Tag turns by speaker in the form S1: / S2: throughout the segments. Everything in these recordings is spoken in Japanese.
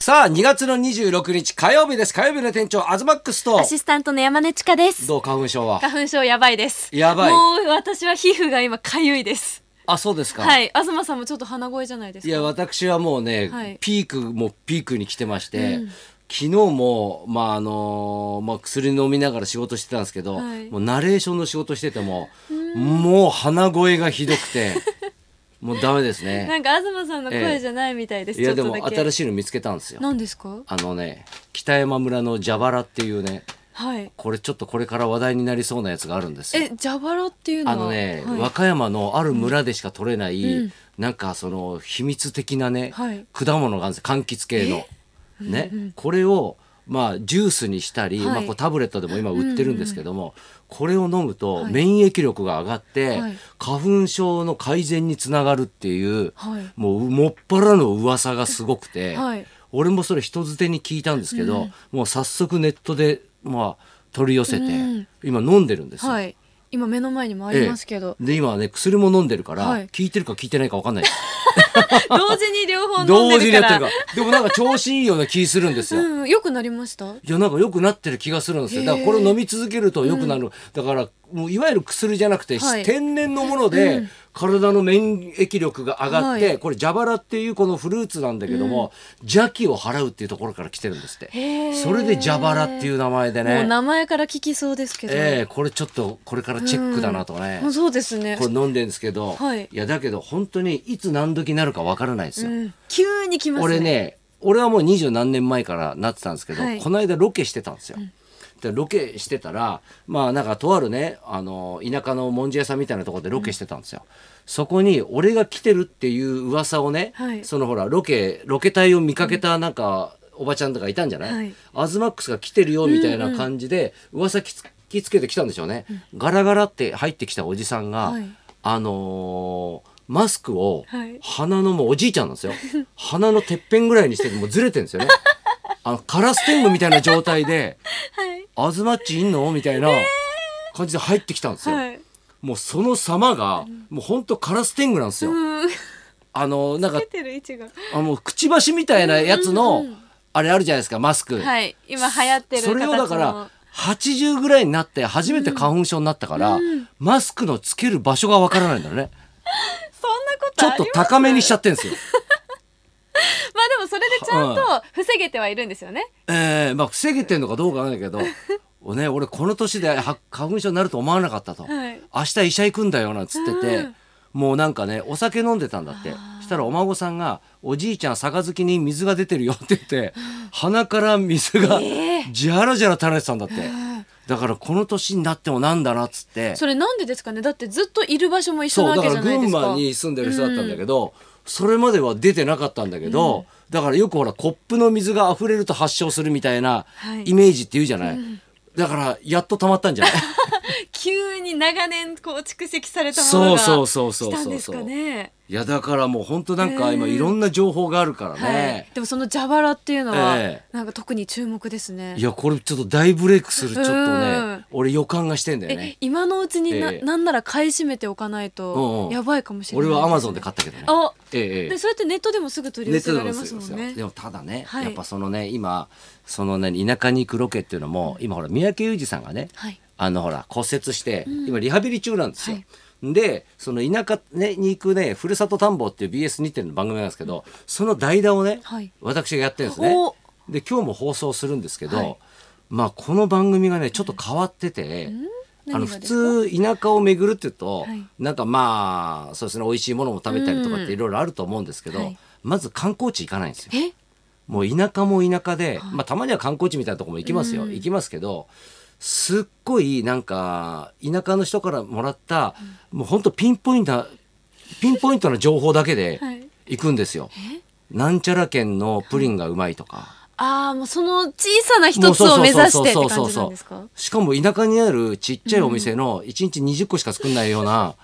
S1: さあ2月の26日火曜日です火曜日の店長アズマックスと
S2: アシスタントの山根千佳です。
S1: どう花粉症は
S2: 花粉症やばいです。
S1: やばい
S2: もう私は皮膚が今かゆいです。
S1: あそうですか、、
S2: はいい、東さんもちょっと鼻声じゃないですか。
S1: や私はもうね、
S2: はい
S1: ピークもピークに来てまして、昨日も、まああのまあ、薬飲みながら仕事してたんですけど、
S2: はい
S1: もうナレーションの仕事しててももう鼻声がひどく てもうダメです
S2: な
S1: ね
S2: んか東さんの声じゃないみたいです。
S1: いやで
S2: ちょ
S1: も
S2: っとだけ
S1: 新しいの見つけたんですよ
S2: 何ですか。
S1: あのね北山村の蛇腹っていうね
S2: はい。
S1: これちょっとこれから話題になりそうなやつがあるんですよ
S2: え、ジャバラっていうの
S1: あ
S2: は。
S1: のね、
S2: はい
S1: 和歌山のある村でしか取れない、
S2: うん
S1: なんかその秘密的なね、
S2: はい
S1: 果物があるんですよ柑橘系の。ね、これをまあジュースにしたり、
S2: はい
S1: まあ、こうタブレットでも今売ってるんですけども、これを飲むと
S2: はい
S1: 免疫力が上がって、
S2: はい
S1: 花粉症の改善につながるっていう、
S2: はい
S1: もうもっぱらの噂がすごくて、
S2: はい
S1: 俺もそれ人づてに聞いたんですけど、もう早速ネットで、まあ、取り寄せて、
S2: うん
S1: 今飲んでるんですよ。
S2: はい。今目の前にもありますけど、
S1: ええで今はね薬も飲んでるから、
S2: はい
S1: 効いてるか効いてないか分かんないです
S2: 同時に両方 飲
S1: 同
S2: んで
S1: 時に
S2: る
S1: や
S2: か
S1: っ
S2: ら。
S1: てるからでもなんか調子いいような気するんですよ、
S2: うん、良くなりました。
S1: いやなんか良くなってる気がするんですよだからこれを飲み続けると良くなる、だからもういわゆる薬じゃなくて、
S2: はい
S1: 天然のもので体の免疫力が上がって、
S2: はい
S1: これ蛇腹っていうこのフルーツなんだけども、邪気を払うっていうところから来てるんですって
S2: へー
S1: それで蛇腹っていう名前で
S2: もう
S1: ね
S2: 名前から聞きそうですけど。
S1: ええこれちょっとこれからチェックだなとね、
S2: もうそうですね。
S1: これ飲んでるんですけど、
S2: はい
S1: やだけど本当にいつ何時になるかわからないですよ、
S2: うん、急に来ますね。
S1: 俺ね俺はもう二十何年前からなってたんですけど、
S2: はい
S1: この間ロケしてたんですよ、でロケしてたらまあなんかとあるねあの田舎のもんじゃ屋さんみたいなところでロケしてたんですよ、そこに俺が来てるっていう噂をね、
S2: はい
S1: そのほらロケロケ隊を見かけたなんか、おばちゃんとかいたんじゃない、
S2: はい
S1: アズマックスが来てるよみたいな感じで噂きつきつけてきたんでしょうね、ガラガラって入ってきたおじさんが、
S2: はい
S1: あのーマスクを
S2: はい
S1: 鼻のもうおじいちゃんなんですよ 鼻のてっぺんぐらいにしてもうずれてるんです よねあのカラス天狗みたいな状態で
S2: はい。
S1: 「アズマッチいんの?」みたいな感じで入ってきたんですよ、
S2: はい。
S1: もうその様がもうほんとカラス天狗なんですよ、
S2: うん。
S1: あのなんか
S2: 出てる位置が。
S1: あもうくちばしみたいなやつの、
S2: うんうんうん
S1: あれあるじゃないですかマスク、
S2: はい。今流行ってる形の。
S1: それをだから80ぐらいになって初めて花粉症になったから、マスクのつける場所がわからないん だよね
S2: そんなこと
S1: ちょ
S2: あ
S1: っ
S2: り
S1: と
S2: ます
S1: 高めにしちゃってんですよ
S2: まあでもそれでちゃんと防げてはいるんですよね。
S1: ええまあ防げてんのかどうかわかんないけど ね、俺この年では花粉症になると思わなかったと、
S2: はい
S1: 明日医者行くんだよなんつってて、
S2: うん
S1: もうなんかねお酒飲んでたんだってしたらお孫さんが「おじいちゃん杯に水が出てるよ」って言っ て鼻から水が
S2: え
S1: じゃらじゃら垂れてたんだって、だからこの年になってもなんだなっつって
S2: それなんでですかね。だってずっといる場所も一緒
S1: そ
S2: な
S1: う
S2: わ
S1: だ
S2: け
S1: か
S2: じ
S1: ら
S2: ゃない
S1: 群
S2: ですか。
S1: 馬に住んでる人だったんだけど、それまでは出てなかったんだけど、だからよくほらコップの水が溢れると発症するみたいな
S2: はい
S1: イメージって言うじゃない、だからやっと溜まったんじゃない
S2: 急に長年こう蓄積されたもの
S1: そう
S2: が
S1: そうそうそうそ
S2: し
S1: う
S2: たん
S1: そう
S2: ですかね。
S1: いやだからもう本当なんか今
S2: うん
S1: いろんな情報があるから
S2: はい
S1: ね、。
S2: でもその蛇腹っていうのは
S1: え
S2: なんか特に注目ですね
S1: い。やこれちょっと大ブレイクするちょっと
S2: う
S1: ね
S2: ん
S1: 俺予感がしてんだよ
S2: え
S1: ね
S2: 今のうちにな、
S1: ええ
S2: なんなら買い占めておかない
S1: うんう
S2: と
S1: ん
S2: やばいかもしれない、
S1: 俺はアマゾンで買ったけどね
S2: あ、
S1: ええええ
S2: でそうやってネットでもすぐ取り
S1: ネッ
S2: 寄
S1: ト
S2: せ
S1: で
S2: ら
S1: も
S2: れ
S1: で
S2: ますもん
S1: すよ
S2: ね
S1: でもただね、
S2: はい
S1: やっぱそのね今そのね田舎に行くロケっていうのも今ほら三宅裕二さんがね、
S2: はい
S1: あのほら骨折して、今リハビリ中なんですよ。
S2: は
S1: でその田舎、ね、に行くね「ふるさと田んぼ」っていう BS2 点の番組なんですけど、その代打をね、
S2: はい
S1: 私がやってるんですね
S2: お。
S1: で今日も放送するんですけど、
S2: はい
S1: まあこの番組がねちょっと変わってて。
S2: うん
S1: あの
S2: 何が
S1: 普
S2: です
S1: 通田舎を巡るっていうと、
S2: はい
S1: なんかまあそうですね美味しいものも食べたりとかっていろいろあると思うんですけど、
S2: うんはい
S1: まず観光地行かないんですよ。
S2: え
S1: もう田舎も田舎で、まあたまには観光地みたいなとこも行きますよ、行きますけどすっごいなんか田舎の人からもらった、もうほんとピンポイントなピンポイントな情報だけで
S2: はい
S1: 行くんですよ。なんちゃら県のプリンがうまいとか。
S2: ああもうその小さ
S1: も
S2: な一
S1: う
S2: つ
S1: そう
S2: を
S1: そう
S2: 目
S1: そう
S2: 指してって
S1: そう
S2: 感
S1: そう
S2: じ
S1: そ
S2: な
S1: うん
S2: ですか
S1: しかも田舎にあるちっちゃいお店の1日20個しか作んないような、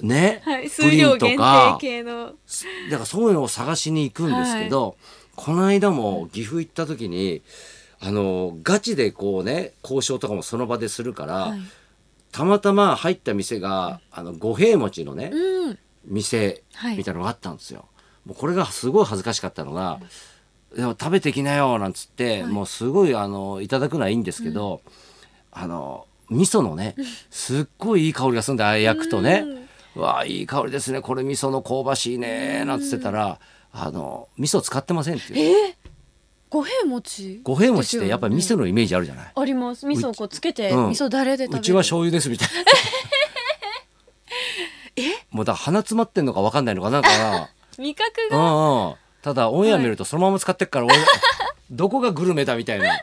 S1: ね、
S2: はい数
S1: プリ
S2: 量
S1: ンと
S2: 限
S1: か
S2: 定系の
S1: だからそういうのを探しに行くんですけど、この間も岐阜行った時にあのガチでこうね交渉とかもその場でするから、
S2: はい
S1: たまたま入った店があの五平餅のね
S2: うん
S1: 店
S2: はい
S1: みたいなのがあったんですよ。もうこれがすごい恥ずかしかったのが、でも食べてきなよなんつって、
S2: はい
S1: もうすごいあのいただくのはいいんですけど、あの味噌のねすっごいいい香りがするんだあれ焼くとね「うわあいい香りですねこれ味噌の香ばしいね」なんつってたら「あの味噌使ってません」っていう
S2: ええ五平餅
S1: 五平餅ってやっぱり
S2: です
S1: 味噌
S2: よね
S1: のイメージあるじゃない。
S2: あります味噌をこうつけて、
S1: うん
S2: 味噌だれで食べる
S1: うちは醤油ですみたい な。もうだから鼻詰まってんのか分かんないのかなんかな。
S2: 味覚
S1: う
S2: が
S1: んうん。ただオンエア見るとそのまま使ってっから、俺どこがグルメだみ たいな。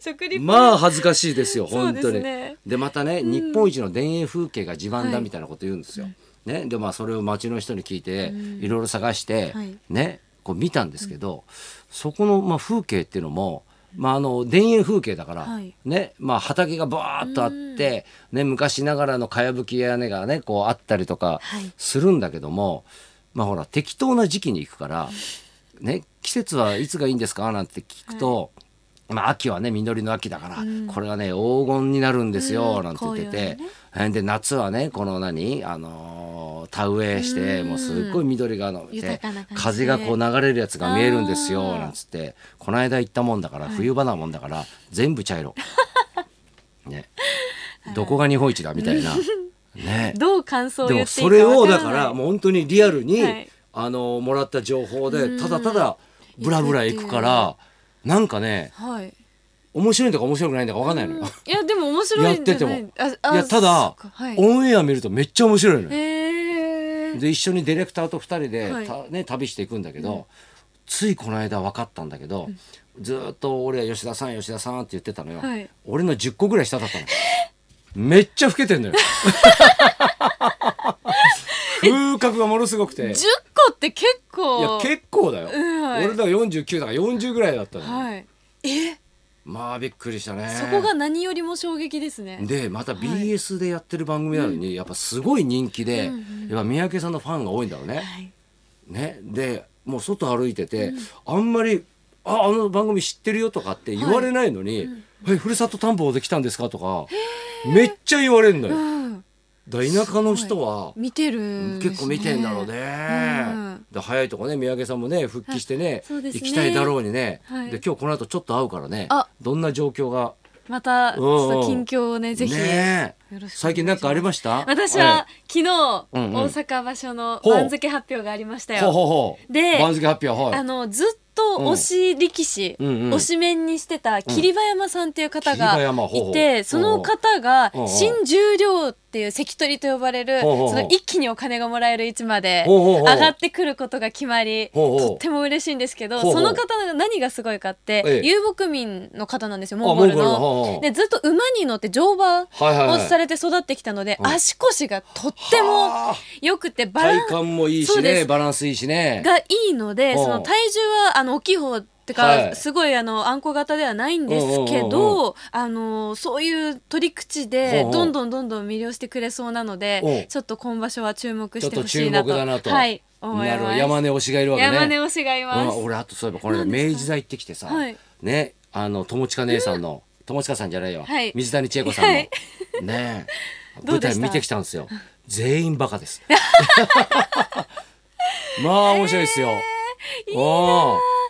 S2: 食リポ
S1: まあ恥ずかしいですよ
S2: そう
S1: 本
S2: で
S1: 当
S2: す
S1: に。
S2: ね
S1: でまたね、日本一の田園風景が地盤だみたいなこと言うんですよ。ね、でまあそれを町の人に聞いていろいろ探して、
S2: はい
S1: ねこう見たんですけど、そこの、まあ、風景っていうのも、まあ、あの田園風景だから、
S2: はい
S1: ねまあ、畑がバーッとあって、ね、昔ながらのかやぶき屋根がねこうあったりとか
S2: はい
S1: するんだけども、まあほら適当な時期に行くから、ね、季節はいつがいいんですかなんて聞くと。まあ、秋はね実りの秋だから、
S2: うん
S1: これがね黄金になるんですよ、
S2: うん
S1: なんて言ってて
S2: 紅葉、ね
S1: えーで夏はねこの何あのー田植えして、
S2: うん
S1: もうすっごい緑が伸び
S2: 豊
S1: て
S2: かな感じで
S1: 風がこう流れるやつが見えるんですよ
S2: あー
S1: なんつってこの間行ったもんだから、冬場なもんだから全部茶 色ねどこが日本一だみたい なね
S2: どう感想を
S1: で
S2: 言
S1: も
S2: っていい
S1: そ
S2: か分
S1: れ
S2: からない
S1: をだからもう本当にリアルに、
S2: はい
S1: あのーもらった情報
S2: う
S1: で
S2: ん
S1: ただただブラブラ行くからなんかね
S2: はい
S1: 面白いんだか面白くないんだか分かんないのよ。
S2: いやでも面白いんじゃない
S1: やっ
S2: あ あ
S1: いやただ
S2: そっかはい、
S1: オンエア見るとめっちゃ面白いのよ。
S2: えー、
S1: で一緒にディレクターと2人で、
S2: はい
S1: たね、旅していくんだけど、ついこの間分かったんだけど、ずーっと俺は吉田さん吉田さんって言ってたのよ、
S2: はい
S1: 俺の10個ぐらい下だったのめっちゃ老けてん のよ風格がものすごくてい
S2: 10個って結
S1: や
S2: 構
S1: 結構だよ、
S2: うんはい
S1: 俺ら49だから40ぐらいだったのよ、
S2: はいえ
S1: まあびっくりしたね
S2: そこが何よりも衝撃ですね
S1: でまた
S2: はい
S1: BS でやってる番組なのに、やっぱすごい人気で、
S2: うんうん
S1: やっぱ三宅さんのファンが多いんだろうね、
S2: はい
S1: ね、でもう外歩いてて、あんまり「ああの番組知ってるよ」とかって言われないのに「はいふるさと探訪で来たんですか?」とかめっちゃ言われるの
S2: う
S1: よ。
S2: ん
S1: だから田舎の人は
S2: 見てるんですね
S1: 結構見てんだろうね。
S2: うん
S1: で早いとこね三宅さんもね復帰してね
S2: あそうですね
S1: 行きたいだろうにね、
S2: はい
S1: で今日この後ちょっと会うからね
S2: あ
S1: どんな状況が
S2: またちょっと近況をねぜひ、
S1: ねえ
S2: よろしくお願いします
S1: 最近なんかありました
S2: 私は
S1: え
S2: 昨日、
S1: うんうん
S2: 大阪場所の
S1: ほう
S2: 番付発表がありました
S1: えほ
S2: よ
S1: うほうほう
S2: で
S1: 番付発表は
S2: あ
S1: い
S2: のずっと推し力士、
S1: うんうん
S2: 推し面にしてた霧馬山さんっていう方
S1: うん霧馬
S2: が
S1: 山ほうほう
S2: いて、その方が
S1: うんうん
S2: 新十両っていう関取と呼ばれる、
S1: ほうほうほう
S2: その一気にお金がもらえる位置まで
S1: ほうほうほう
S2: 上がってくることが決まり、
S1: ほうほう
S2: とっても嬉しいんですけど、
S1: ほうほう
S2: その方が何がすごいかって、
S1: ええ
S2: 遊牧民の方なんですよ
S1: あ
S2: モンゴ
S1: モ
S2: ル
S1: ンゴルの
S2: の。
S1: ほうほう
S2: でずっと馬に乗って乗馬を
S1: はいはいはい
S2: されて育ってきたので、足腰がとっても
S1: はあ
S2: 良くてバラ
S1: 体
S2: ンス
S1: 幹もいい
S2: そ
S1: し
S2: うで
S1: ね
S2: す
S1: バランスいいしね
S2: がいいので、
S1: うん
S2: その体重はあの大きい方ってか、
S1: はい
S2: すごいあのあんこ型ではないんですけど、
S1: うんうんう
S2: あのそういう取り口で
S1: うんうん
S2: どんどんどんどん魅了してくれそうなので、
S1: うん
S2: ちょっと今場所は注目
S1: ちょ
S2: し
S1: ってと
S2: ほし
S1: 注
S2: いな
S1: 目
S2: と
S1: だなと。
S2: はい思い
S1: な
S2: ま
S1: る
S2: す
S1: ほど山根推しがいるわけね。
S2: 山根推しがいま
S1: う
S2: す
S1: ん俺あとそういえばこの間
S2: 何ですか
S1: 明治大行ってきてさ、
S2: はい
S1: ねあの友近姉さんの、友近さんじゃないよ、
S2: はい
S1: 水谷千恵子さんの、
S2: はい
S1: ね
S2: ど
S1: 舞
S2: うでした
S1: 台見てきたんですよ。全員バカ です。まあ面白いですよ。うん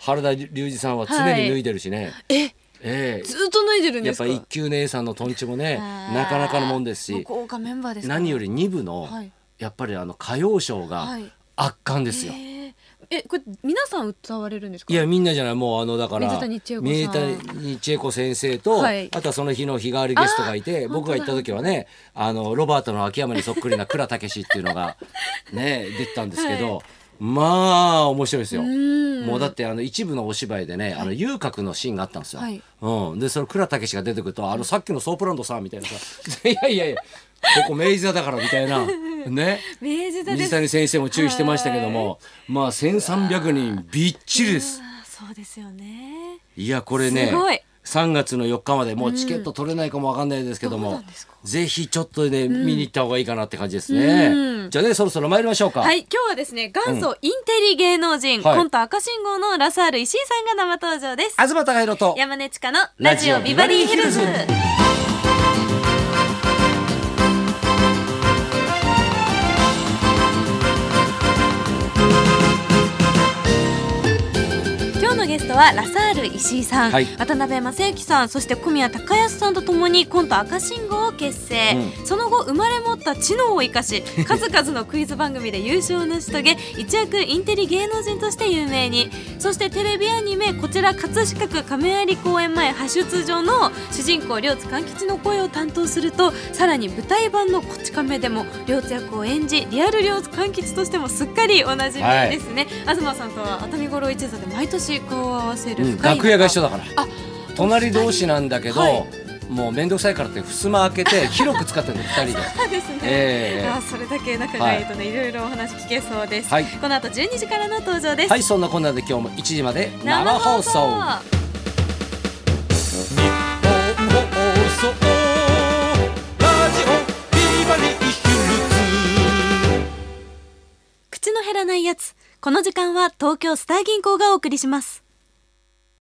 S1: 原田龍二さんは常に脱いでるしね。
S2: え
S1: ええ
S2: ずっと脱いでるん
S1: や
S2: で
S1: っ
S2: す
S1: ぱ
S2: か
S1: 一級姉さんのとんちもね
S2: あー
S1: なかなかのもんです
S2: もう
S1: し
S2: 豪華メンバーですから
S1: 何より2部の、
S2: はい
S1: やっぱりあの歌謡ショーが
S2: はい
S1: 圧巻ですよ。
S2: え
S1: い
S2: ーえこれ皆さん歌われるんですか
S1: やみんなじゃないもうあのだから
S2: 水谷千恵子さん
S1: 水谷千恵子先生と、
S2: はい
S1: あとはその日の日替わりゲストがいて
S2: あー
S1: 僕が行った時はねあのロバートの秋山にそっくりな倉武史っていうのが ね出てたんですけど、
S2: は
S1: まあ面白いですよ。
S2: ん
S1: もうだってあの一部のお芝居でね、あの遊郭のシーンがあったんですよ。
S2: はい
S1: うん、でその倉武が出てくると「あのさっきのソープランドさ」みたいなさ 「いやいやいやここ明治座だから」みたい なね
S2: 明治座で
S1: 水
S2: す
S1: 谷先生も注意してましたけども、まあ1300人びっちりです。
S2: あーそうですよね
S1: いやこれね
S2: すごい
S1: 3月の4日までもうチケット取れないかもわかんないですけど
S2: どう
S1: も、
S2: なんですか
S1: ぜひちょっとね、見に行った方がいいかなって感じですね、
S2: うん
S1: じゃあねそろそろ参りましょうか、
S2: はい、今日はですね、元祖インテリ芸能人、
S1: はい
S2: コント赤信号のラサール石井さんが生登場です。
S1: 東貴弘と
S2: 山根千佳のラジオビバリーヒルズ。今日ののゲストはラサール石井さん、
S1: はい
S2: 渡辺正行さんそして小宮隆康さんとともにコント赤信号を結成、その後生まれ持った知能を生か し数々のクイズ番組で優勝を成し遂げ一躍インテリ芸能人として有名にそしてテレビアニメこちら葛飾区亀有公園前派出所の主人公両津勘吉の声を担当するとさらに舞台版の「こち亀」でも両津役を演じリアル両津勘吉としてもすっかりおなじみですね、東さんとは熱海五郎一座で毎年顔を合わせる
S1: うん
S2: 深い
S1: 楽屋が一緒
S2: だ
S1: だから
S2: あ
S1: 隣同士なんだけど、
S2: はい
S1: もう面倒くさいからって襖開けて広く使ってるの2人で
S2: そうですね、
S1: ええ
S2: あそれだけ仲がいいとね、い、ろいろお話聞けそうです、
S1: はい
S2: この後12時からの登場です、
S1: はいそんなこんなで今日も1時まで生放送
S3: ラジオビバリーヒルズ」
S2: 口の減らないやつこの時間は東京スター銀行がお送りします